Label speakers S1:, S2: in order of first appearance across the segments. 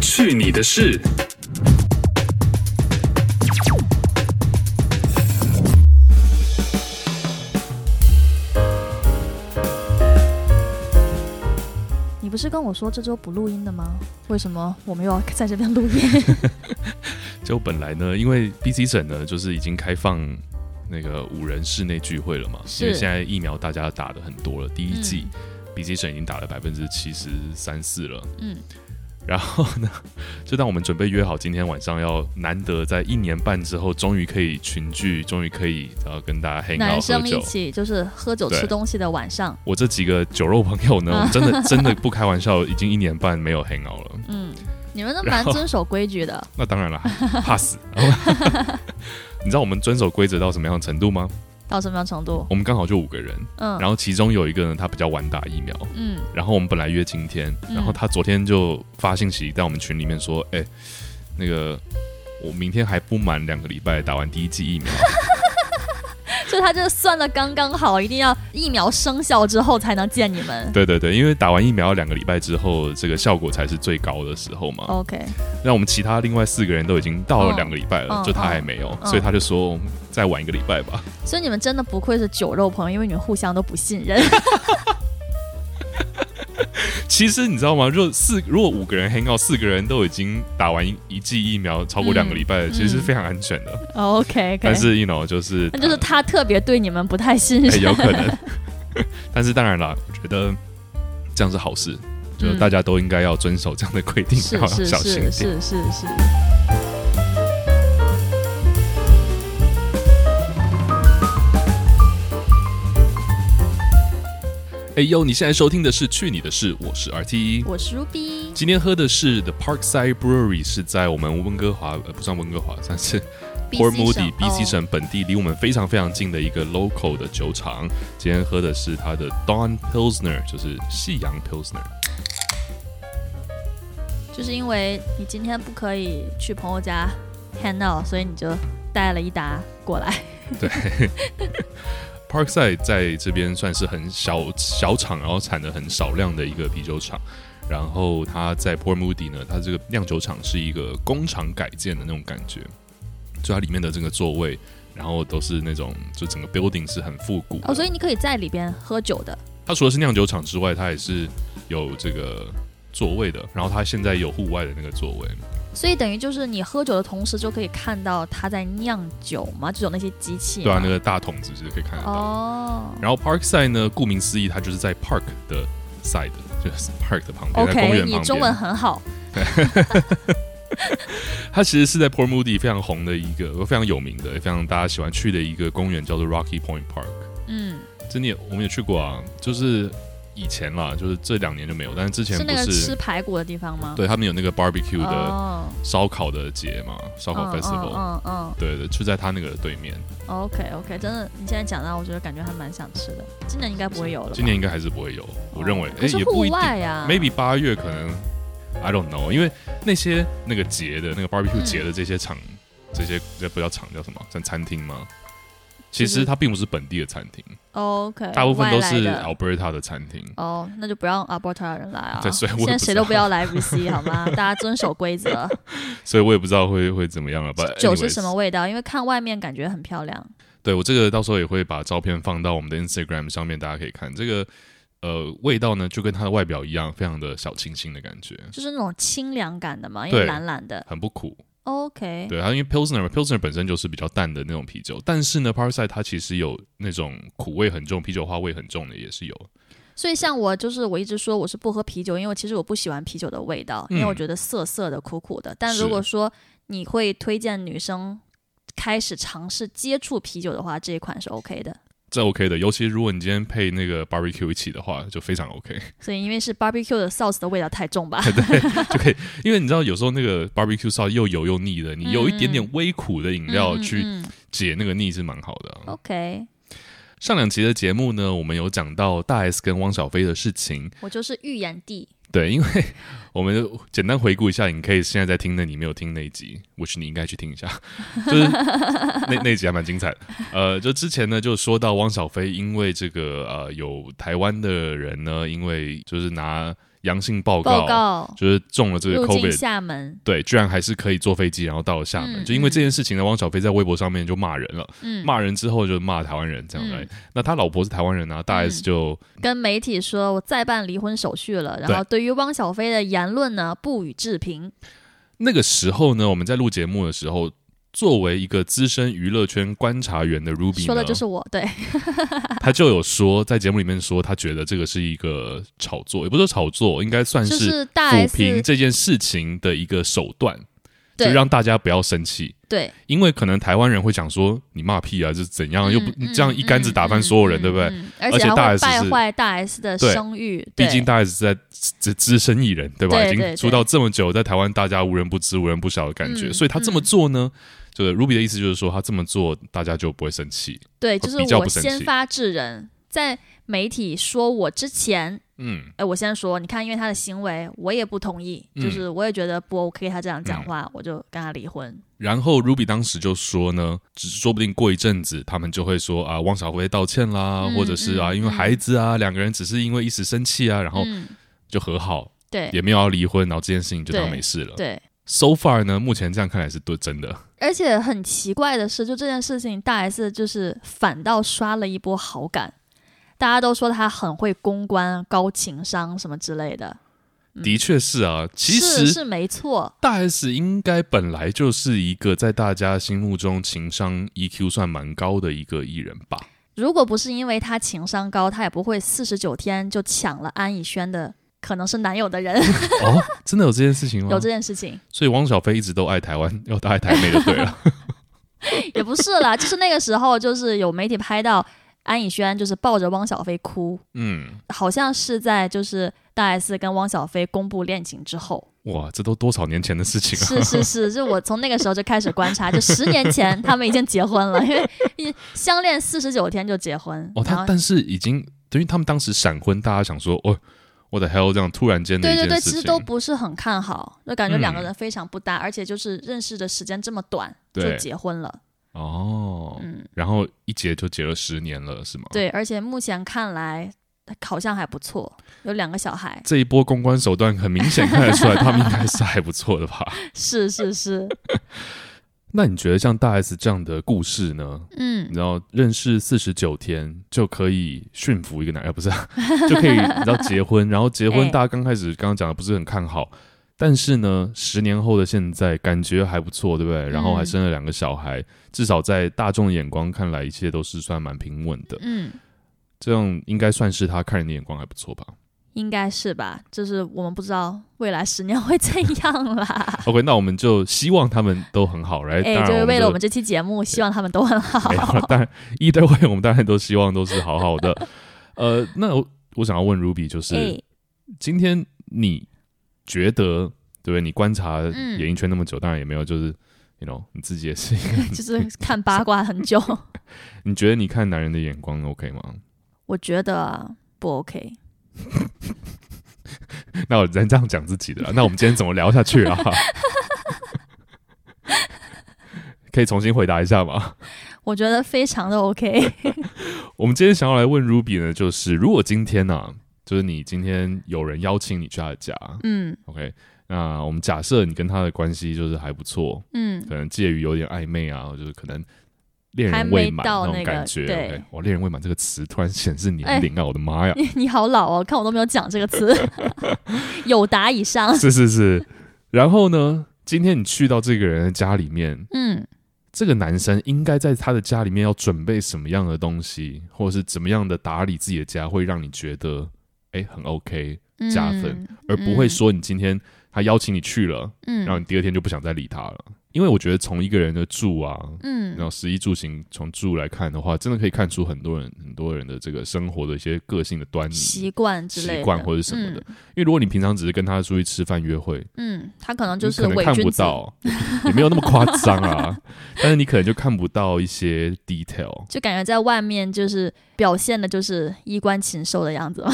S1: 去你的事！
S2: 你不是跟我说这周不录音的吗？为什么我 们又要在这边录音？
S3: 就本来呢，因为 BC 省呢，就是已经开放那个五人室内聚会了嘛，
S2: 是
S3: 因为现在疫苗大家打的很多了，第一季、BC 省已经打了百分之七十三四了。
S2: 嗯，
S3: 然后呢，就当我们准备约好今天晚上要难得在一年半之后，终于可以群聚，终于可以然后跟大家 hang
S2: 男
S3: out 喝
S2: 生一
S3: 酒。
S2: 起就是喝酒
S3: 对
S2: 吃东西的晚上，
S3: 我这几个酒肉朋友呢，我们真的真的不开玩笑，已经一年半没有 hang out 了。
S2: 嗯，你们都蛮
S3: 然后
S2: 遵守规矩的，
S3: 那当然了，怕死。 你知道我们遵守规则到什么样的程度吗？
S2: 到什么样程度？
S3: 我们刚好就五个人，
S2: 嗯，
S3: 然后其中有一个呢，他比较晚打疫苗，
S2: 嗯，
S3: 然后我们本来约今天，
S2: 嗯
S3: 然后他昨天就发信息在我们群里面说，哎、那个我明天还不满两个礼拜打完第一剂疫苗，
S2: 所以他就算的刚刚好，一定要疫苗生效之后才能见你们。
S3: 对对对，因为打完疫苗两个礼拜之后，这个效果才是最高的时候嘛。
S2: OK，
S3: 那我们其他另外四个人都已经到了
S2: 嗯
S3: 两个礼拜了，
S2: 嗯
S3: 就他还没有，
S2: 嗯
S3: 所以他就说再晚一个礼拜吧。
S2: 所以你们真的不愧是酒肉朋友，因为你们互相都不信任。
S3: 其实你知道吗？如果四如果五个人 hang out，四个人都已经打完一一剂疫苗超过两个礼拜了，
S2: 嗯
S3: 其实是非常安全的。
S2: OK，
S3: 但是 you know 就是
S2: 那就是他特别对你们不太信
S3: 呃
S2: 任
S3: 哎。有可能。 但是当然啦，我觉得这样是好事，就是
S2: 嗯
S3: 大家都应该要遵守这样的规定，
S2: 是
S3: 然后要
S2: 是
S3: 小心一
S2: 是
S3: 点。
S2: 是是是。
S3: 哎呦，你现在收听的是《去你的事》，我是 RT。
S2: 我是 Ruby，
S3: 今天喝的是 The Parkside Brewery，是在我们温哥华呃不算温哥华，算是 Port Moody
S2: 哦
S3: BC 省本地离我们非常非常近的一个 local 的酒厂。今天喝的是它的 Dawn Pilsner，就是夕阳 Pilsner。
S2: 就是因为你今天不可以去朋友家 hang out，所以你就带了一打过来。
S3: Parkside 在这边算是很小小厂，然后产的很少量的一个啤酒厂。然后它在 Port Moody 呢，它这个酿酒厂是一个工厂改建的那种感觉，就它里面的这个座位，然后都是那种就整个 building 是很复古的。
S2: 哦，所以你可以在里边喝酒的。
S3: 它除了是酿酒厂之外，它也是有这个座位的。然后它现在有户外的那个座位，
S2: 所以等于就是你喝酒的同时就可以看到他在酿酒嘛，就有那些机器嘛。
S3: 对啊，那个大桶子是可以看得到。
S2: 哦
S3: 然后 Parkside 呢，顾名思义，它就是在 Park 的 side，就是 Park 的旁边在公
S2: ，OK，
S3: 园
S2: 你
S3: 旁
S2: 中文
S3: 边。
S2: 很好。
S3: 它其实是在 Port Moody 非常红的一个、非常有名的、非常大家喜欢去的一个公园，叫做 Rocky Point Park。
S2: 嗯，
S3: 这你也我们也去过啊，就是以前啦，就是这两年就没有，但是之前
S2: 是
S3: 不
S2: 那个
S3: 是
S2: 吃排骨的地方吗？
S3: 对他们有那个 barbecue 的
S2: 哦，
S3: 烧烤的节嘛，烧烤
S2: 嗯
S3: festival，、
S2: 嗯嗯嗯
S3: 对对，就在他那个对面。
S2: ，OK OK，真的，你现在讲到，我觉得感觉还蛮想吃的。今年应该不会有了吧。哦
S3: 今年应该还是不会有，我认为，
S2: 可
S3: 哎、
S2: 是
S3: 也
S2: 户
S3: 不一定
S2: 外啊呀
S3: ，maybe 八月可能，I don't know，因为那些那个节的那个 barbecue
S2: 嗯
S3: 节的这些厂、这些这不叫厂叫什么？像餐厅吗？其
S2: 就
S3: 实
S2: 是
S3: 它并不是本地的餐厅，
S2: OK，
S3: 大部分都
S2: 外来
S3: 是
S2: 的
S3: Alberta 的餐厅。
S2: 哦，那就不让阿波特的人来啊！
S3: 对所以我也
S2: 现在
S3: 不
S2: 谁
S3: 知
S2: 都
S3: 道
S2: 不要来 VC 好吗？大家遵守规则。
S3: 所以我也不知道会会怎么样了吧？
S2: 酒是什么？味道？因为看外面感觉很漂亮。
S3: 对我这个到时候也会把照片放到我们的 Instagram 上面，大家可以看这个。呃，味道呢就跟它的外表一样，非常的小清新的感觉，
S2: 就是那种清凉感的嘛，因为
S3: 对
S2: 蓝蓝的。
S3: 很不苦。
S2: OK，
S3: 对，它因为 Pilsner Pilsner 本身就是比较淡的那种啤酒，但是呢，Parkside 它其实有那种苦味很重、啤酒花味很重的也是有。
S2: 所以像我就是我一直说我是不喝啤酒，因为我其实我不喜欢啤酒的味道，因为我
S3: 嗯
S2: 觉得涩涩的、苦苦的。但
S3: 是
S2: 如果说你会推荐女生开始尝试接触啤酒的话，这一款是 OK 的。
S3: 这 OK 的，尤其如果你今天配那个 barbecue 一起的话，就非常 OK，
S2: 所以因为是 barbecue 的 sauce 的味道太重吧，
S3: 就可以。因为你知道，有时候那个 barbecue sauce 又油又腻的，你有一点
S2: 嗯
S3: 点微苦的饮料
S2: 嗯哦
S3: 去
S2: 嗯嗯
S3: 解那个腻是蛮好的啊、
S2: OK，
S3: 上两集的节目呢，我们有讲到大 S 跟汪小菲的事情，
S2: 我就是预言帝。
S3: 对，因为 我们就简单回顾一下，你可以现在在听的你没有听那一集，which 你应该去听一下， 就是那那一集还蛮精彩的。呃，就之前呢就说到汪小菲因为这个呃有台湾的人呢，因为就是拿阳性报告，
S2: 报告
S3: 就是中了这个
S2: 入境
S3: COVID
S2: 厦门，
S3: 对，居然还是可以坐飞机，然后到了厦门。
S2: 嗯
S3: 就因为这件事情呢，汪小菲在微博上面就骂人了，
S2: 嗯，
S3: 骂人之后就骂台湾人这样来。
S2: 嗯
S3: 那他老婆是台湾人啊，大 S
S2: 嗯
S3: 就、
S2: 跟媒体说我再办离婚手续了，然后对于汪小菲的言论呢不予置评。
S3: 那个时候呢，我们在录节目的时候，作为一个资深娱乐圈观察员的 Ruby
S2: 说的
S3: 呢
S2: 就是我，对，
S3: 他就有说，在节目里面说，他觉得这个是一个炒作，也不是说炒作，应该算
S2: 就是是大
S3: 抚平
S2: S
S3: 这件事情的一个手段，就
S2: 对
S3: 让大家不要生气。
S2: 对，
S3: 因为可能台湾人会讲说你骂屁啊，这是怎样，又不
S2: 嗯嗯
S3: 这样一竿子打翻所有人，
S2: 嗯
S3: 对不对？
S2: 嗯嗯而
S3: 而且
S2: 且
S3: 大
S2: 还会
S3: S
S2: 败
S3: 是
S2: 坏大 S 的
S3: 对
S2: 声誉，
S3: 毕
S2: 对
S3: 竟大 S 在资资深艺人，对吧？
S2: 对
S3: 已经
S2: 对
S3: 出道这么久，在台湾大家无人不知、无人不晓的感觉，
S2: 嗯
S3: 所以他这么
S2: 嗯
S3: 做呢，就是 Ruby 的意思就是说，他这么做大家就不会生气。
S2: 对，就是
S3: 比较不
S2: 我
S3: 生气
S2: 先发制人，在媒体说我之前，
S3: 嗯，
S2: 哎，我先说，你看，因为他的行为，我也不同意，
S3: 嗯
S2: 就是我也觉得不 OK，他这样讲话，我就跟他离婚。
S3: 然后 Ruby 当时就说呢，只说不定过一阵子他们就会说啊，汪小菲道歉啦，
S2: 嗯
S3: 或者是啊，
S2: 嗯
S3: 因为孩子啊，两个人只是因为一时生气啊，然后
S2: 嗯，
S3: 就和好，
S2: 对
S3: 也没有要离婚，然后这件事情就当
S2: 对
S3: 没事了。
S2: 对，
S3: So far 呢，目前这样看来是对真的，
S2: 而且很奇怪的是，就这件事情，大 S 就是反倒刷了一波好感，大家都说他很会公关、高情商什么之类的，
S3: 的确是啊。其
S2: 嗯是
S3: 实
S2: 是没错，
S3: 大 S 应该本来就是一个在大家心目中情商 EQ 算蛮高的一个艺人吧。
S2: 如果不是因为他情商高，他也不会四十九天就抢了安以轩的可能是男友的人，
S3: 哦，真的有这件事情吗？
S2: 有这件事情
S3: 所以汪小菲一直都爱台湾，要爱台美就对 了。
S2: 也不是啦，就是那个时候就是有媒体拍到安以轩就是抱着汪小菲哭，
S3: 嗯，
S2: 好像是在就是大 S 跟汪小菲公布恋情之后。
S3: 哇，这都多少年前的事情啊！
S2: 是是是，就我从那个时候就开始观察，就十年前他们已经结婚了，因为一相恋四十九天就结婚。
S3: 哦，
S2: 然
S3: 他
S2: 后
S3: 但是已经等于他们当时闪婚，大家想说，哦，我的 hell 这样突然间的
S2: 对
S3: 一件
S2: 对对，
S3: 事
S2: 其
S3: 情，
S2: 实都不是很看好，就感觉两个
S3: 嗯
S2: 人非常不搭，而且就是认识的时间这么短
S3: 对
S2: 就结婚了，
S3: 哦，
S2: 嗯，
S3: 然后一结就结了十年了，是吗？，
S2: 对，而且目前看来好像还不错，有两个小孩，
S3: 这一波公关手段很明显看得出来，他们应该是还不错的吧？
S2: 是是是，
S3: 那你觉得像大 S 这样的故事呢？
S2: 嗯
S3: 你知道认识四十九天就可以驯服一个男，呃，不是啊， 就可以你知道结婚，然后结 婚
S2: 哎
S3: 大家刚开始刚刚讲的不是很看好，但是呢，十年后的现在感觉还不错，对不
S2: 嗯
S3: 对？然后还生了两个小孩，至少在大众眼光看来，一切都是算蛮平稳的，
S2: 嗯，
S3: 这样应该算是他看人的眼光还不错 吧。
S2: 应该是吧，就是我们不知道未来十年会怎样啦。
S3: OK，那我们就希望他们都很好，来，当，
S2: 哎
S3: 然
S2: 就是为了我
S3: 就
S2: 们这期节目，希望他们都很好。
S3: 没有了。当然，一对会我们当然都希望都是好好的。呃，那我我想要问 Ruby，就是、
S2: 哎，
S3: 今天你觉得，对不对？你观察
S2: 嗯
S3: 演艺圈那么久，当然也没有，就是，you know，你自己也是一 个，
S2: 哎就是看八卦很久，
S3: 你觉得你看男人的眼光 OK 吗？
S2: 我觉得啊不 OK。
S3: 那我咱这样讲自己的啦，那我们今天怎么聊下去啊？可以重新回答一下吗？
S2: 我觉得非常的 OK，
S3: 我们今天想要来问 Ruby 呢，就是如果今天呢、啊就是你今天有人邀请你去他的家
S2: 嗯
S3: ，OK，那我们假设你跟他的关系就是还不错，
S2: 嗯，
S3: 可能介于有点暧昧啊，或者是可能恋
S2: 还
S3: 人
S2: 没
S3: 未满
S2: 到
S3: 种
S2: 那个
S3: 感觉。
S2: 对哎
S3: OK，哇，恋人未满这个词突然显示年龄啊，我的妈 呀！
S2: 你 你好老哦，看我都没有讲这个词， 有答以上，
S3: 是是是。然后呢，今天你去到这个人的家里面，
S2: 嗯，
S3: 这个男生应该在他的家里面要准备什么样的东西，或者是怎么样的打理自己的家，会让你觉得哎很 OK，
S2: 嗯
S3: 加分，而不会说你今天他邀请你去了，
S2: 嗯，
S3: 然后你第二天就不想再理他了。因为我觉得从一个人的住啊，
S2: 嗯
S3: 然后食衣住行从住来看的话，真的可以看出很多人很多人的这个生活的一些个性的端倪、
S2: 习惯之类的
S3: 习惯或者什么的。因为如果你平常只是跟他出去吃饭约会，
S2: 嗯，嗯，他可能
S3: 你
S2: 就是
S3: 可能
S2: 伪
S3: 看
S2: 君
S3: 不
S2: 子，
S3: 到，也没有那么夸张啊。但是你可能就看不到一些 detail，
S2: 就感觉在外面就是表现的就是衣冠禽兽的样子嘛，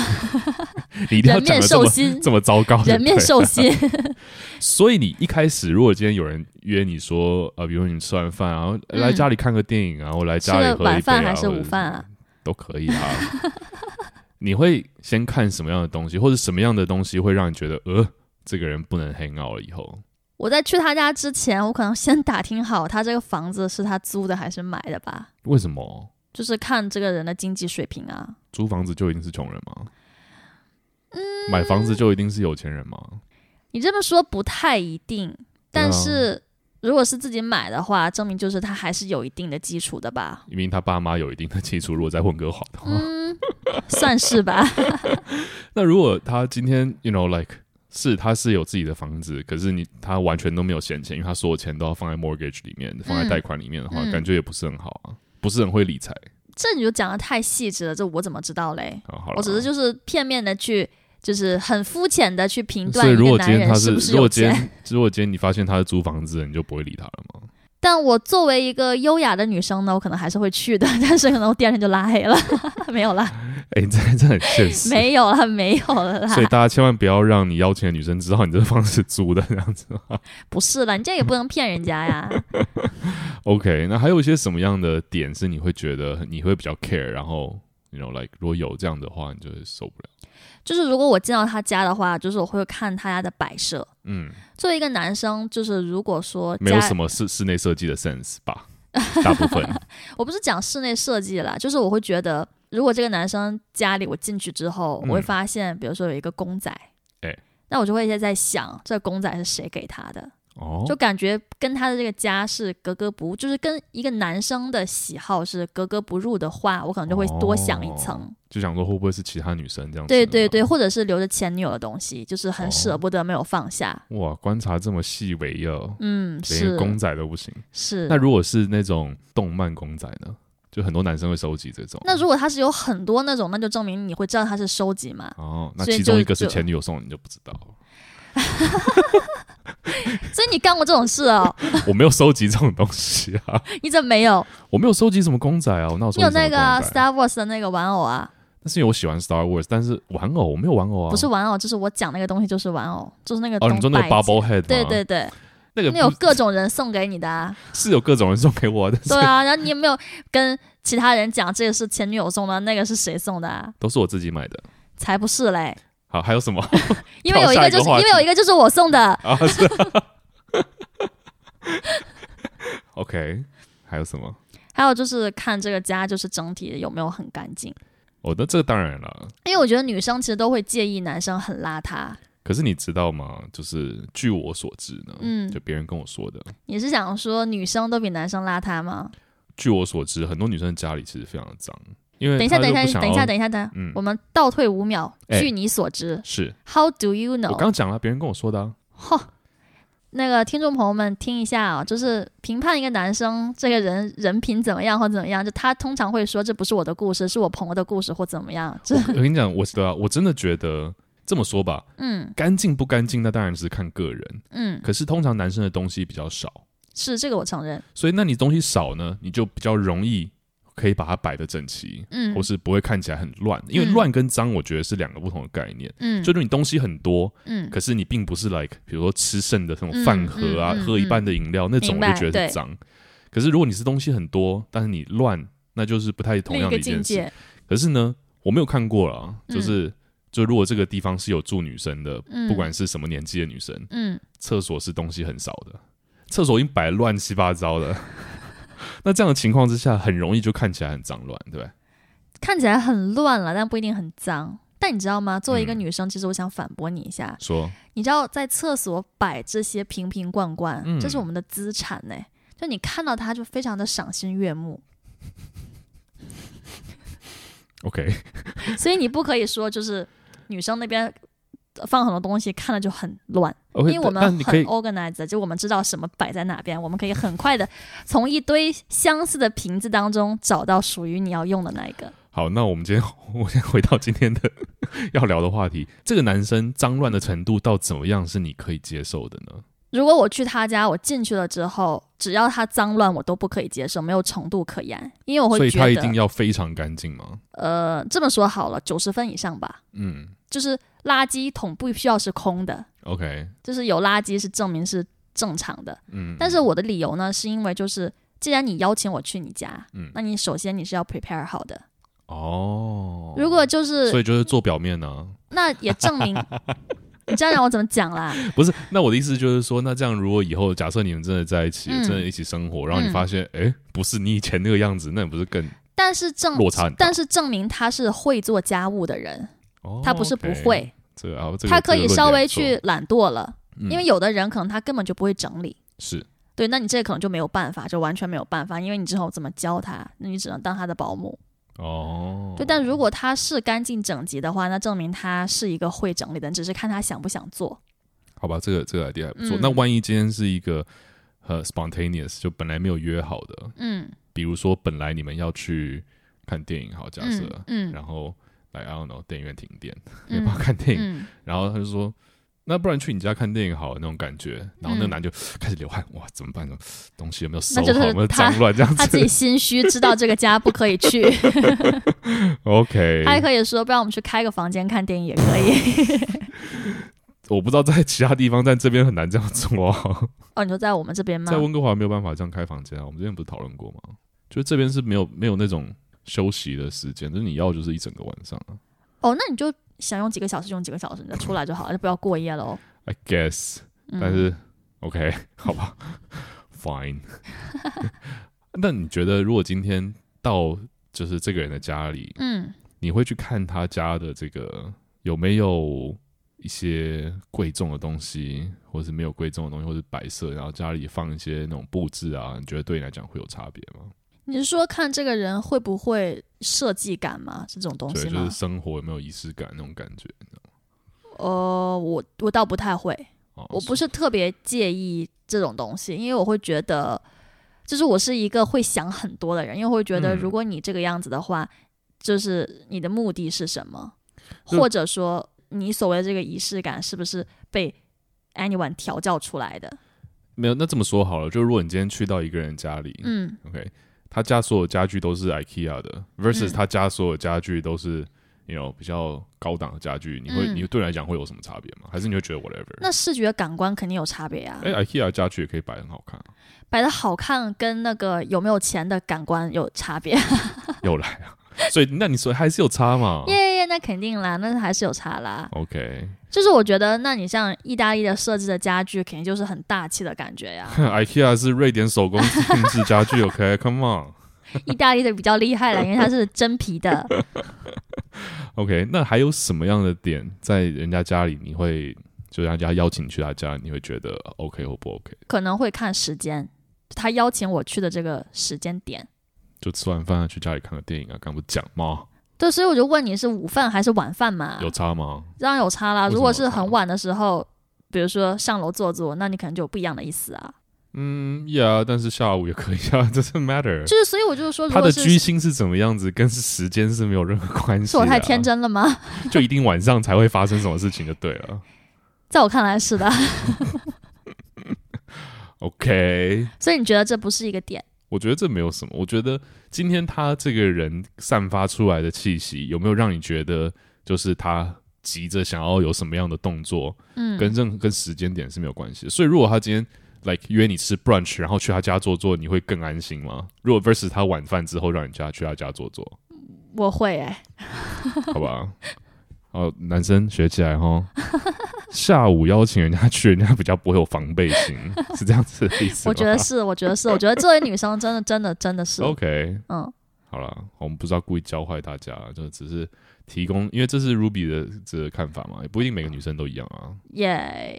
S3: 你一定要
S2: 人
S3: 讲的这
S2: 面兽
S3: 么
S2: 心，
S3: 这么糟糕，
S2: 人面兽
S3: 对不对。
S2: 心，
S3: 所以你一开始，如果今天有人约你说，呃，比如你们吃完饭，然后呃来
S2: 嗯
S3: 家里看个电影啊，然后来
S2: 吃
S3: 家里
S2: 了
S3: 喝一
S2: 晚
S3: 杯啊，
S2: 饭还是
S3: 或者
S2: 午饭啊？
S3: 都可以啊。 你会先看什么样的东西，或者什么样的东西会让你觉得，呃，这个人不能 hang out 了？以后
S2: 我在去他家之前，我可能先打听好他这个房子是他租的还是买的吧，
S3: 为什么
S2: 就是看这个人的经济水平啊。
S3: 租房子就一定是穷人吗？
S2: 嗯
S3: 买房子就一定是有钱人吗？
S2: 你这么说不太一定，但
S3: 啊
S2: 是如果是自己买的话，证明就是他还是有一定的基础的吧。
S3: 因为他爸妈有一定的基础，如果在温哥华的话，
S2: 嗯，算是吧。
S3: 那如果他今天，you know like。是，他是有自己的房子，可是你他完全都没有闲钱，因为他所有钱都要放在 mortgage 里面，放在贷款里面的话，
S2: 嗯
S3: 感觉也不是很好啊，不是很会理财
S2: 这你就讲的太细致了，这我怎么知道嘞？
S3: 啊。好了，
S2: 我只是就是片面的去，就是很肤浅的去评断
S3: 所以
S2: 嗯一
S3: 如
S2: 个
S3: 果今
S2: 男
S3: 天他
S2: 人是不是
S3: 如
S2: 有
S3: 果今
S2: 钱。
S3: 天 如果今天你发现他是租房子的，你就不会理他了吗？
S2: 但我作为一个优雅的女生呢，我可能还是会去的， 但是可能我第二天就拉黑了， 没有啦，
S3: 哎、这这很现实。
S2: 没有啦，没有了
S3: 所以
S2: 啦，
S3: 大家千万不要让你邀请的女生知道你这个房子是租的这样子。
S2: 不是啦，你这样也不能骗人家呀。
S3: OK，那还有一些什么样的点是你会觉得你会比较 care，然后 you know like 如果有这样的话，你就会受不了。
S2: 就是如果我进到他家的话，就是我会看他家的摆设。
S3: 嗯，
S2: 作为一个男生，就是如果说
S3: 没有
S2: 家
S3: 什么室室内设计的 sense 吧， 大部 分。
S2: 我不是讲室内设计啦，就是我会觉得，如果这个男生家里我进去之后，
S3: 嗯
S2: 我会发现，比如说有一个公仔，
S3: 哎
S2: 那我就会一直在想，这公仔是谁给他的，
S3: 哦
S2: 就感觉跟他的这个家是格格不入，就是跟一个男生的喜好是格格不入的话，我可能就会多想一层。
S3: 就想说会不会是其他女生这样子？
S2: 对对对，。或者是留着前女友的东西，就是很舍不得没有放下。
S3: 哇，观察这么细微哦，
S2: 嗯，
S3: 连
S2: 是
S3: 个公仔都不行。
S2: 是
S3: 那。如果是那种动漫公仔呢？就很多男生会收集这种。
S2: 那如果他是有很多那种，那就证明你会知道他是收 集嘛。
S3: 哦，那
S2: 所以
S3: 其中
S2: 就
S3: 一个是
S2: 就
S3: 前女友送的，你就不知道了。
S2: 所以你干过这种事哦？
S3: 我没有收集这种东西 啊，
S2: 你怎么 没有？
S3: 我没有收集什么公仔啊，我那我收集
S2: 你有
S3: 什么
S2: 那
S3: 公
S2: 个啊
S3: 仔？
S2: Star Wars 的那个玩偶啊？
S3: 那是因为我喜欢 Star Wars，但是玩偶我没有玩偶啊。
S2: 不是玩偶，就是我讲那个东西，就是玩偶，就是那个
S3: 哦，你说那个
S2: 东摆件
S3: Bubble Head 吗？
S2: 对对，对，
S3: 那个
S2: 那有
S3: 不
S2: 各种人送给你的啊。
S3: 是有各种人送给我， 但是
S2: 对啊，然后你有没有跟其他人讲这个是前女友送的，那个是谁送的啊？
S3: 都是我自己买的。
S2: 才不是嘞，
S3: 好，还有什么
S2: 因为有
S3: 跳下一个
S2: 个就是因
S3: 话
S2: 为有一个就是我送的，
S3: 啊？是啊 OK，还有什么？
S2: 还有就是看这个家就是整体有没有很干净，
S3: 哦，那这当然了。
S2: 因为我觉得女生其实都会介意男生很邋遢。
S3: 可是你知道吗？就是据我所知呢，
S2: 嗯
S3: 就别人跟我说的，
S2: 你是想说女生都比男生邋遢吗？
S3: 据我所知，很多女生的家里其实非常脏，因为
S2: 等一下，
S3: 她
S2: 等
S3: 就
S2: 一
S3: 不
S2: 下，
S3: 想
S2: 等一
S3: 要
S2: 下，等一下，等一下，
S3: 嗯
S2: 我们倒退五秒。
S3: 哎
S2: 据你所知
S3: 是
S2: ，How do you
S3: 我
S2: know？
S3: 刚讲了，别人跟我说的、啊。
S2: 哈，那个听众朋友们听一下啊、就是评判一个男生这个人人品怎么样或怎么样，就他通常会说这不是我的故事，是我朋友的故事或怎么样。这
S3: 我跟你讲，我对啊，我真的觉得这么说吧，
S2: 嗯
S3: 干净不干净，那当然是看个人。
S2: 嗯，
S3: 可是通常男生的东西比较少，
S2: 是这个我承认。
S3: 所以那你东西少呢，你就比较容易可以把它摆得整齐，
S2: 嗯
S3: 或是不会看起来很乱。因为
S2: 嗯
S3: 乱跟脏，我觉得是两个不同的概念。
S2: 嗯
S3: 就是你东西很多，
S2: 嗯
S3: 可是你并不是 like 比如说吃剩的那种饭盒啊，
S2: 嗯嗯嗯嗯
S3: 喝一半的饮料那种，
S2: 明
S3: 我
S2: 白
S3: 就觉得
S2: 对
S3: 是脏。可是如果你是东西很多，但是你乱，那就是不太同
S2: 另
S3: 样
S2: 一
S3: 的
S2: 个
S3: 一件
S2: 境
S3: 事。
S2: 界。
S3: 可是呢，我没有看过了，
S2: 嗯
S3: 就是、就如果这个地方是有住女生的，
S2: 嗯
S3: 不管是什么年纪的女生，
S2: 嗯，
S3: 厕所是东西很少的，厕所已经摆乱七八糟的。 那这样的情况之下，很容易就看起来很脏乱，对吧？
S2: 看起来很乱了，但不一定很脏。但你知道吗？作为一个
S3: 嗯
S2: 女生，其实我想反驳你一下。
S3: 说
S2: 你知道在厕所摆这些瓶瓶罐罐，
S3: 嗯
S2: 这是我们的资产呢、就你看到它就非常的赏心悦目，
S3: OK，
S2: 所以你不可以说就是女生那边呃放很多东西看了就很乱，
S3: OK，
S2: 因为我
S3: 但但
S2: 们
S3: 你可
S2: 很
S3: 以
S2: organized，就我们知道什么摆在哪边，我们可以很快的从一堆相似的瓶子当中找到属于你要用的那一个。
S3: 好，那我们今天 我先回到今天的 要聊的话题，这个男生脏乱的程度到怎么样是你可以接受的呢？
S2: 如果我去他家，我进去了之后，只要他脏乱，我都不可以接受，没有程度可言，因为我
S3: 所
S2: 会
S3: 以
S2: 觉
S3: 他一定
S2: 得，
S3: 要非常干净吗？
S2: 呃，这么说好了，九十分以上吧。
S3: 嗯
S2: 就是垃圾桶不需要是空的，
S3: ，OK，
S2: 就是有垃圾是证明是正常的。
S3: 嗯，
S2: 但是我的理由呢，是因为就是既然你邀请我去你家，
S3: 嗯
S2: 那你首先你是要 prepare 好的，
S3: 哦，
S2: 如果就是
S3: 所以就是做表面啊呢、
S2: 那也 证明，你这样让我怎么讲啦？
S3: 不是？那我的意思就是说，那这样如果以后假设你们真的在一起，
S2: 嗯
S3: 真的一起生活，然后你
S2: 嗯
S3: 发现，哎、不是你以前那个样子，那你不是更
S2: 但是证
S3: 落差很大
S2: 但是证明他是会做家务的人，
S3: 哦
S2: 他不是不
S3: OK
S2: 会，
S3: 这个啊，这个
S2: 他可以稍微，
S3: 这个论点
S2: 去懒惰了，
S3: 不错嗯
S2: 因为有的人可能他根本就不会整理。
S3: 是
S2: 对，那你这可能就没有办法，就完全没有办法，因为你之后怎么教他，那你只能当他的保姆。
S3: 哦，
S2: 对，但如果他是干净整洁的话，那证明他是一个会整理的人，只是看他想不想做。
S3: 好吧，这个这个 idea 还不错。
S2: 嗯
S3: 那万一今天是一个呃 spontaneous，就本来没有约好的，
S2: 嗯
S3: 比如说本来你们要去看电影，好假设，
S2: 嗯嗯
S3: 啊然后来 I don't know 电影院停电，没办
S2: 嗯
S3: 法看电影，
S2: 嗯，
S3: 然后他就说。那不然去你家看电影好了那种感觉，然后那个男就开始流汗，哇，怎么办？东西有没有收
S2: 嗯那就是
S3: 好？有没有
S2: 他
S3: 脏乱这样
S2: 他自
S3: 子
S2: 己心虚，知道这个家不可以去，
S3: ？OK，
S2: 他还可以说，不然我们去开个房间看电影也可以。
S3: 我不知道在其他地方，但这边很难这样做、哦。
S2: 哦，你说在我们这边吗
S3: 在？温哥华没有办法这样开房间啊，我们之前不是讨论过吗？就这边是没有没有那种休息的时间，就是你要就是一整个晚上啊
S2: 哦，那你就想用几个小时，用几个小时，你再出来就好了，就不要过夜喽。
S3: ，I guess，、
S2: 嗯、
S3: 但是 OK，好 吧，Fine。那你觉得如果今天到就是这个人的家里，
S2: 嗯，
S3: 你会去看他家的这个有没有一些贵重的东西，或是没有贵重的东西，或是摆设，然后家里放一些那种布置啊，你觉得对你来讲会有差别吗？
S2: 你是说看这个人会不会设计感吗？是这种东
S3: 对，
S2: 西
S3: 就
S2: 吗？
S3: 是生活有没有仪式感那种感觉。
S2: 呃，我我倒不太会，
S3: 哦
S2: 我不是特别介意这种东西，因为我会觉得，就是我是一个会想很多的人，因为我会觉得，
S3: 嗯
S2: 如果你这个样子的话，就是你的目的是什么，
S3: 就
S2: 或者说你所谓的这个仪式感是不是被 anyone 调教出来的？
S3: 没有，那这么说好了，就如果你今天去到一个人家里、
S2: 嗯
S3: o k 他家所有家具都是 IKEA 的，versus
S2: 嗯
S3: 他家所有家具都是你 you know 比较高档的家具，你会、
S2: 嗯
S3: 你对你来讲会有什么差别吗？还是你会觉得 whatever？
S2: 那视觉感官肯定有差别啊，
S3: 哎、i k e a 家具也可以摆很好看啊、
S2: 摆的好看跟那个有没有钱的感官有差别。
S3: 哦又来啊，所以那你说还是有差 嘛
S2: 耶耶，那肯定啦，那还是有差啦。
S3: 哦 ？OK，IKEA
S2: 就是我觉得，那你像意大利的设计的家具，肯定就是很大气的感觉呀。
S3: 是瑞典手工定制家具，OK，Come、on。
S2: 意大利的比较厉 害了，因为它是真皮的。
S3: OK，那还有什么样的点在人家家里你会就人家邀请你去他家，你会觉得 OK 或不 OK？
S2: 可能会看时间，他邀请我去的这个时间点。
S3: 就吃完饭啊，去家里看个电影啊，刚不讲吗？
S2: 对，所以我就问你是午饭还是晚饭嘛？
S3: 有差吗？
S2: 当然有差啦。
S3: 为什么
S2: 如果是很晚的时候，比如说上楼坐坐，那你可能就有不一样的意思啊。
S3: 嗯，Yeah，但是下午也可以啊， 这是 matter。
S2: 就是，所以我就是说，如
S3: 他
S2: 果
S3: 的
S2: 是
S3: 居心是怎么样子，跟时间是没有任何关系、啊。
S2: 是我太天，真了吗？
S3: 就一定晚上才会发生什么事情就对了。
S2: 在我看来是的。
S3: OK，
S2: 所以你觉得这不是一个点？
S3: 我觉得这没有什么。我觉得今天他这个人散发出来的气息，有没有让你觉得就是他急着想要有什么样的动作，
S2: 嗯，
S3: 跟任跟时间点是没有关系的。所以如果他今天 like 约你吃 brunch，然后去他家坐坐，你会更安心吗？如果 versus 他晚饭之后让你家去他家坐坐，
S2: 我会哎、
S3: 好吧？ 哦，男生学起来哈。下午邀请人家去，人家比较不会有防备心，是这样子的意思吗
S2: 我觉得是，我觉 得是，我觉得这位女生真的真的真的是，
S3: OK，
S2: 嗯。
S3: 好啦，我们不是要故意教坏大家，就只是提供，因为这是 Ruby 的这个看法嘛，也不一定每个女生都一样啊，
S2: 耶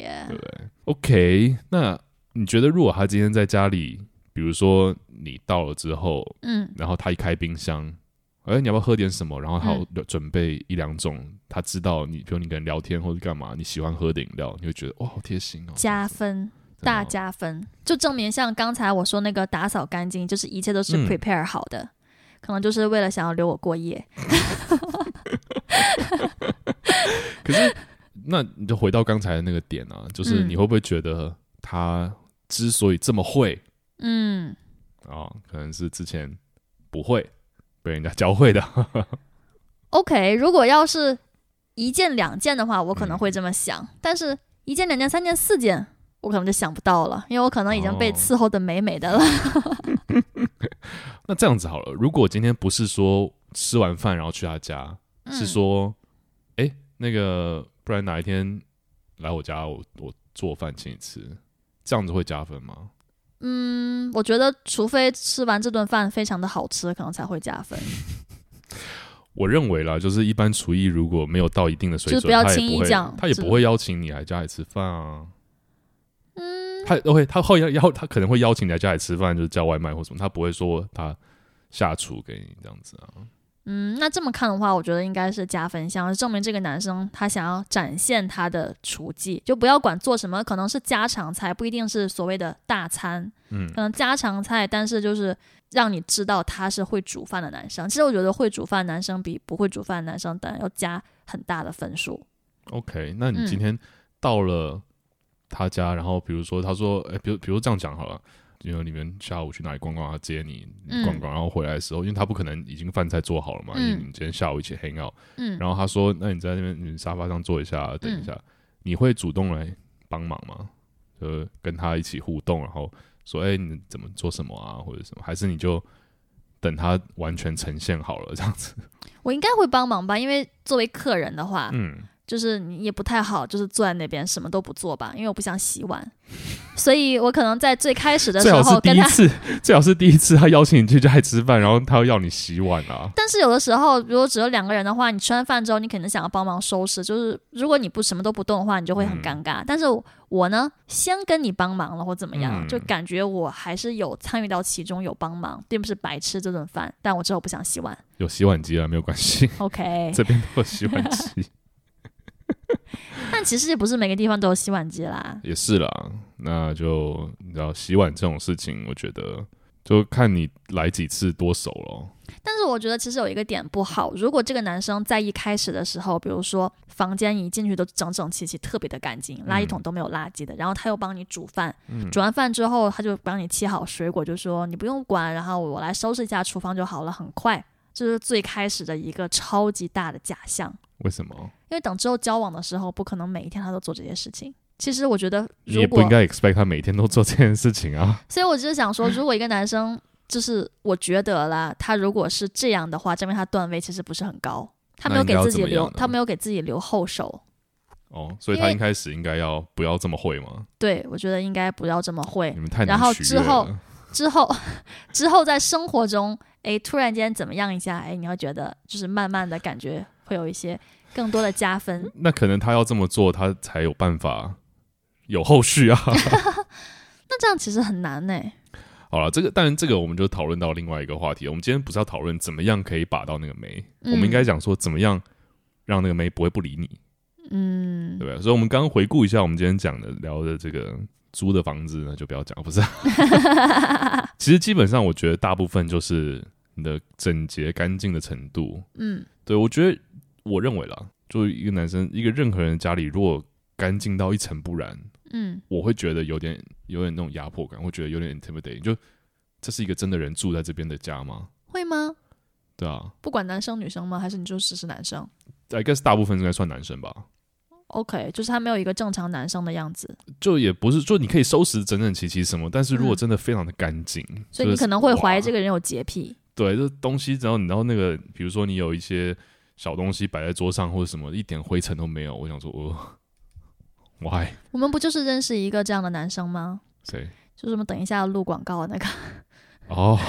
S2: 耶
S3: 对，不对？OK，那你觉得如果他今天在家里，比如说你到了之后，
S2: 嗯
S3: 然后他一开冰箱，哎、你要不要喝点什么？然后他有
S2: 嗯
S3: 准备一两种，他知道你，比如你跟人聊天或者干嘛，你喜欢喝的饮料，你会觉得哇，好贴心哦，
S2: 加分，
S3: 真的哦
S2: 大加分，就证明像刚才我说那个打扫干净，就是一切都是
S3: 嗯
S2: prepare 好的，可能就是为了想要留我过夜。
S3: 可是，那你就回到刚才的那个点啊，就是
S2: 嗯
S3: 你会不会觉得他之所以这么会？
S2: 嗯，
S3: 哦，可能是之前不会被人家教会的。
S2: 嗯 OK，如果要是一件两件的话，我可能会这么
S3: 嗯
S2: 想，但是一件两件三件四件，我可能就想不到了，因为我可能已经被
S3: 哦
S2: 伺候的美美的了。
S3: 那这样子好了，如果今天不是说吃完饭然后去他家，
S2: 嗯
S3: 哦是说，哎、那个不然哪一天来我家我我做饭请你吃，这样子会加分吗？
S2: 嗯，我觉得除非吃完这顿饭非常的好吃，可能才会加分，
S3: 我认为啦，就是一般厨艺如果没有到一定的水
S2: 就
S3: 准，
S2: 是不要
S3: 他也
S2: 轻易
S3: 不会
S2: 讲
S3: 他也
S2: 是
S3: 不会邀请你来家里吃饭啊。嗯，他 OK，他后邀邀他可能会邀请你来家里吃饭，就是叫外卖或什么，他不会说他下厨给你这样子啊。
S2: 嗯，那这么看的话，我觉得应该是加分项，证明这个男生他想要展现他的厨技，就不要管做什么，可能是家常菜，不一定是所谓的大餐，
S3: 嗯
S2: 可能家常菜，但是就是让你知道他是会煮饭的男生。其实我觉得会煮饭的男生比不会煮饭的男生当然要加很大的分数。
S3: ，OK，那你
S2: 嗯
S3: 今天到了他家，然后比如说他说，哎、比如比如这样讲好了。因为你们下午去哪里逛逛，他接你
S2: 嗯
S3: 逛逛，然后回来的时候，因为他不可能已经饭菜做好了嘛，
S2: 嗯
S3: 因为你们今天下午一起 hang out，
S2: 嗯，
S3: 然后他说：“那你在那边你沙发上坐一下，啊等一下，你会主动来帮忙吗？就是跟他一起互动，然后说：‘哎、你怎么做什么啊，或者什么？’还是你就等他完全呈现好了这样子？
S2: 我应该会帮忙吧，因为作为客人的话，
S3: 嗯，
S2: 就是你也不太好，就是坐在那边什么都不做吧，因为我不想洗碗，所以我可能在最开始的时
S3: 最好是
S2: 候
S3: 第
S2: 跟
S3: 一
S2: 他，
S3: 次， 最好是第一次他邀请你去家里吃饭，然后他要要你洗碗啊。
S2: 但是有的时候如果只有两个人的话，你吃完饭之后，你可能想要帮忙收拾，就是如果你不什么都不动的话，你就会很尴尬。但是我呢，先跟你帮忙了或怎么样，
S3: 嗯
S2: 就感觉我还是有参与到其中，有帮忙，并不是白吃这顿饭。但我之后不想洗碗
S3: 有洗碗机啊，没有关系，
S2: ，OK。
S3: 这边都有洗碗机，
S2: 但其实也不是每个地方都有洗碗机啦，
S3: 也是啦。那就你知道，洗碗这种事情，我觉得就看你来几次多熟咯。
S2: 但是我觉得其实有一个点不好，如果这个男生在一开始的时候，比如说房间一进去都整整齐齐，特别的干
S3: 嗯
S2: 净，垃圾桶都没有垃圾的，然后他又帮你煮饭，煮完饭之后他就帮你切好水果，就说你不用管，然后我来收拾一下厨房就好了，很快。这是最开始的一个超级大的假象，
S3: 为什么？
S2: 因为等之后交往的时候，不可能每一天他都做这些事情。其实我觉得，
S3: 你
S2: 如
S3: 也不
S2: 果
S3: 应该 expect 他每天都做这件事情 啊。
S2: 所以我就是想说，如果一个男生就是我觉得啦，他如果是这样的话，证明他段位其实不是很高，他没有给自
S3: 那应
S2: 己
S3: 该要怎么
S2: 留
S3: 样，呢
S2: 他没有给自己留后手。
S3: 哦，所以
S2: 因
S3: 他
S2: 为
S3: 一开始应该要不要这么会嘛？
S2: 对，我觉得应该不要这么会
S3: 你。们太难
S2: 然后
S3: 取
S2: 之
S3: 悦
S2: 后
S3: 了
S2: 之后， 之后在生活中，哎，突然间怎么样一下，哎，你会觉得就是慢慢的感觉会有一些更多的加分。
S3: 那可能他要这么做，他才有办法有后 续啊。
S2: 那这样其实很难呢、
S3: 好了，这个当然这个我们就讨论到另外一个话题了。我们今天不是要讨论怎么样可以把到那个妹，
S2: 嗯
S3: 我们应该讲说怎么样让那个妹不会不理你，
S2: 嗯
S3: 对，不对？所以我们刚刚回顾一下我们今天讲的聊的这个租的房子呢，就不要讲，不是啊。其实基本上我觉得大部分就是你的整洁干净的程度，
S2: 嗯
S3: 对，我觉得我认为啦，就一个男生，一个任何人的家里如果干净到一尘不染，
S2: 嗯
S3: 我会觉得有点有点那种压迫感，会觉得有点 intimidating。就这是一个真的人住在这边的家吗？
S2: 会吗？
S3: 对啊
S2: 不管男生女生吗？还是你就只是男生
S3: ，I guess 大部分应该算男生吧。
S2: ？OK，就是他没有一个正常男生的样子。
S3: 就也不是，就你可以收拾整整齐齐什么，但是如果
S2: 嗯
S3: 真的非常的干净，
S2: 所以你可能会怀疑这
S3: 个。
S2: 个人有洁癖。
S3: 对，这东西只要你知道那个，比如说你有一些小东西摆在桌上或者什么，一点灰尘都没有，我想说，我、why
S2: 我们不就是认识一个这样的男生吗？
S3: 谁？
S2: 就是我们等一下录广告的那个，
S3: 哦，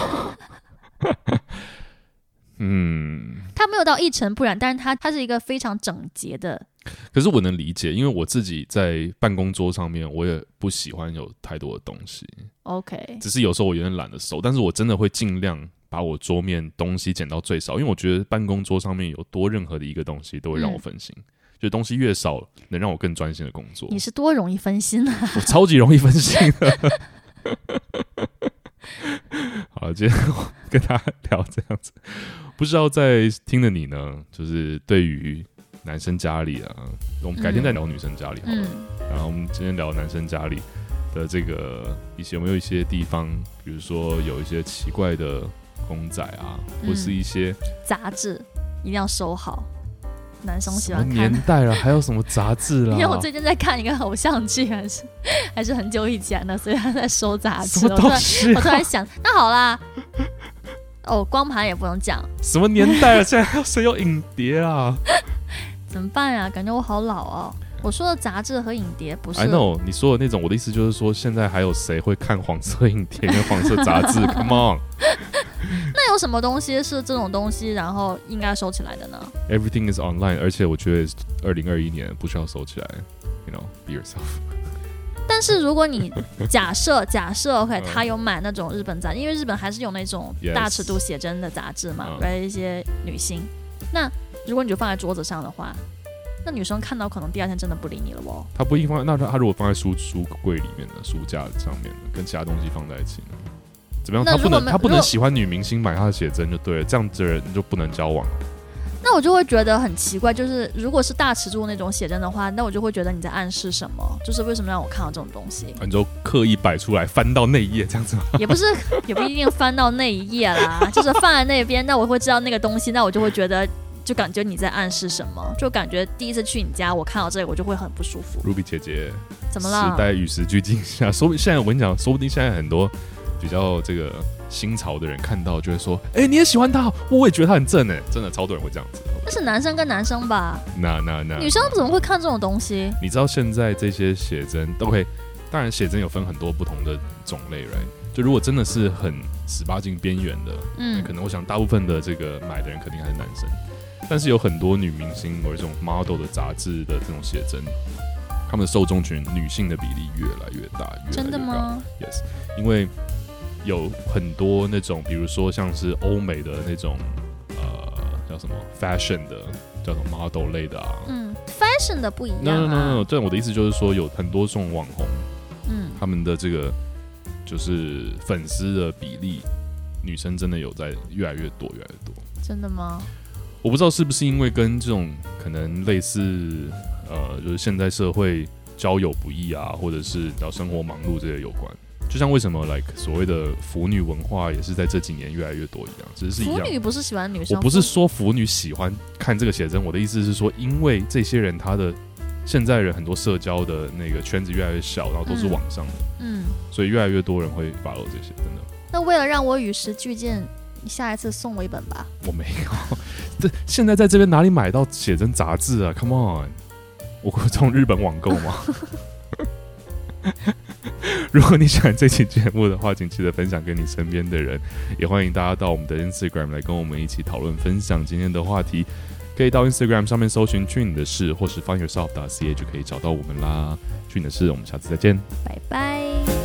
S3: 嗯，
S2: 他没有到一尘不染，但是他他是一个非常整洁的，
S3: 可是我能理解，因为我自己在办公桌上面，我也不喜欢有太多的东西，
S2: OK，
S3: 只是有时候我有点懒得收，但是我真的会尽量把我桌面东西减到最少，因为我觉得办公桌上面有多任何的一个东西都会让我分心。就东西越少，能让我更专心的工作
S2: 嗯你。是多容易分心啊！
S3: 我超级容易分心的。好了，今天我跟大家聊这样子，不知道在听的你呢，就是对于男生家里啊，我们改天再聊女生家里好了。
S2: 嗯，
S3: 然后我们今天聊男生家里的这个一些有没有一些地方，比如说有一些奇怪的公仔啊，
S2: 嗯
S3: 或是一些
S2: 杂志一定要收好，男生喜
S3: 什么
S2: 欢看
S3: 年。啊代啊了，还有什么杂志啦，
S2: 因为我最近在看一个偶像剧，还是还是很久以前的，所以他在收杂
S3: 什
S2: 志。
S3: 么
S2: 我突
S3: 东啊
S2: 然
S3: 西
S2: 我突然想，那好啦，哦，光盘也不能讲，
S3: 什么年代啊了，现在还有谁有影碟啊
S2: 怎么办呀、感觉我好老哦。我说的杂志和影碟不是
S3: ？I know，你说的那种，我的意思就是说，现在还有谁会看黄色影碟跟黄色杂 志？Come
S2: 那有什么东西是这种东西，然后应该收起来的呢？
S3: on，everything is online，而且我觉得二零二一年不需要收起来，you know，be yourself。
S2: 但是如果你假设假 设 OK，
S3: 嗯
S2: 他有买那种日本杂，因为日本还是有那种
S3: Yes
S2: 大尺度写真的杂志嘛
S3: 嗯，
S2: 来、一些女星。那如果你就放在桌子上的话，那女生看到可能第二天真的不理你了哦。
S3: 它不一定放，那它它如果放在书书柜里面的书架上面的，跟其他东西放在一起呢？怎么样？
S2: 那
S3: 他不
S2: 如果
S3: 能，
S2: 没
S3: 他不
S2: 如
S3: 能
S2: 果
S3: 喜欢女明星买她的写真就对了，这样子的人就不能交往。
S2: 那我就会觉得很奇怪，就是如果是大尺度那种写真的话，那我就会觉得你在暗示什么？就是为什么让我看到这种东西？
S3: 你就刻意摆出来，翻到内页这样子吗？
S2: 也不是，也不一定翻到那一页啦，就是放在那边，那我会知道那个东西，那我就会觉得，就感觉你在暗示什么，就感觉第一次去你家，我看到这个，我就会很不舒服。
S3: Ruby 姐姐，
S2: 怎么
S3: 时
S2: 了？
S3: 代与时俱进下，说不定现在我跟你讲，说不定现在很多比较这个新潮的人看到就会说，哎、你也喜欢他哦，我也觉得他很正哎，真的超多人会这样子。
S2: 那是男生跟男生吧，
S3: 那那那，
S2: 女生怎么会看这种东西？
S3: 你知道现在这些写真，OK，当然写真有分很多不同的种类，right？就如果真的是很十八禁边缘的，那
S2: 嗯
S3: 可能我想大部分的这个买的人肯定还是男生，但是有很多女明星或者这种 model 的杂志的这种写真，他们的受众群女性的比例越来越大，越来越高。
S2: 真的吗？
S3: Yes，因为有很多那种，比如说像是欧美的那种，呃，叫什么 fashion 的，叫什么 model 类的啊。
S2: 嗯，fashion 的不一
S3: No no
S2: 样
S3: no
S2: 啊
S3: no，。对，我的意思就是说，有很多这种网红，
S2: 嗯，
S3: 他们的这个就是粉丝的比例，女生真的有在越来越多，越来越多。
S2: 真的吗？
S3: 我不知道是不是因为跟这种可能类似，呃，就是现在社会交友不易啊，或者是然后生活忙碌这些有关。就像为什么 like 所谓的腐女文化也是在这几年越来越多一样，只是一
S2: 腐
S3: 样。
S2: 女不是喜欢女生？
S3: 我不是
S2: 腐
S3: 说腐女喜欢看这个写真，我的意思是说，因为这些人他的现在人很多社交的那个圈子越来越小，然后都是
S2: 嗯
S3: 网上的，
S2: 嗯，
S3: 所以越来越多人会 follow 这些，真的。
S2: 那为了让我与时俱进，你下一次送我一本吧。
S3: 我没有，这现在在这边哪里买到写真杂志啊？Come on，我会从日本网购吗？ 如果你喜欢这期节目的话，请记得分享给你身边的人，也欢迎大家到我们的 Instagram 来跟我们一起讨论分享今天的话题。可以到 Instagram 上面搜寻“去你的事”或是 “find yourself” c a 就可以找到我们啦。去你的事，我们下次再见。
S2: 拜拜。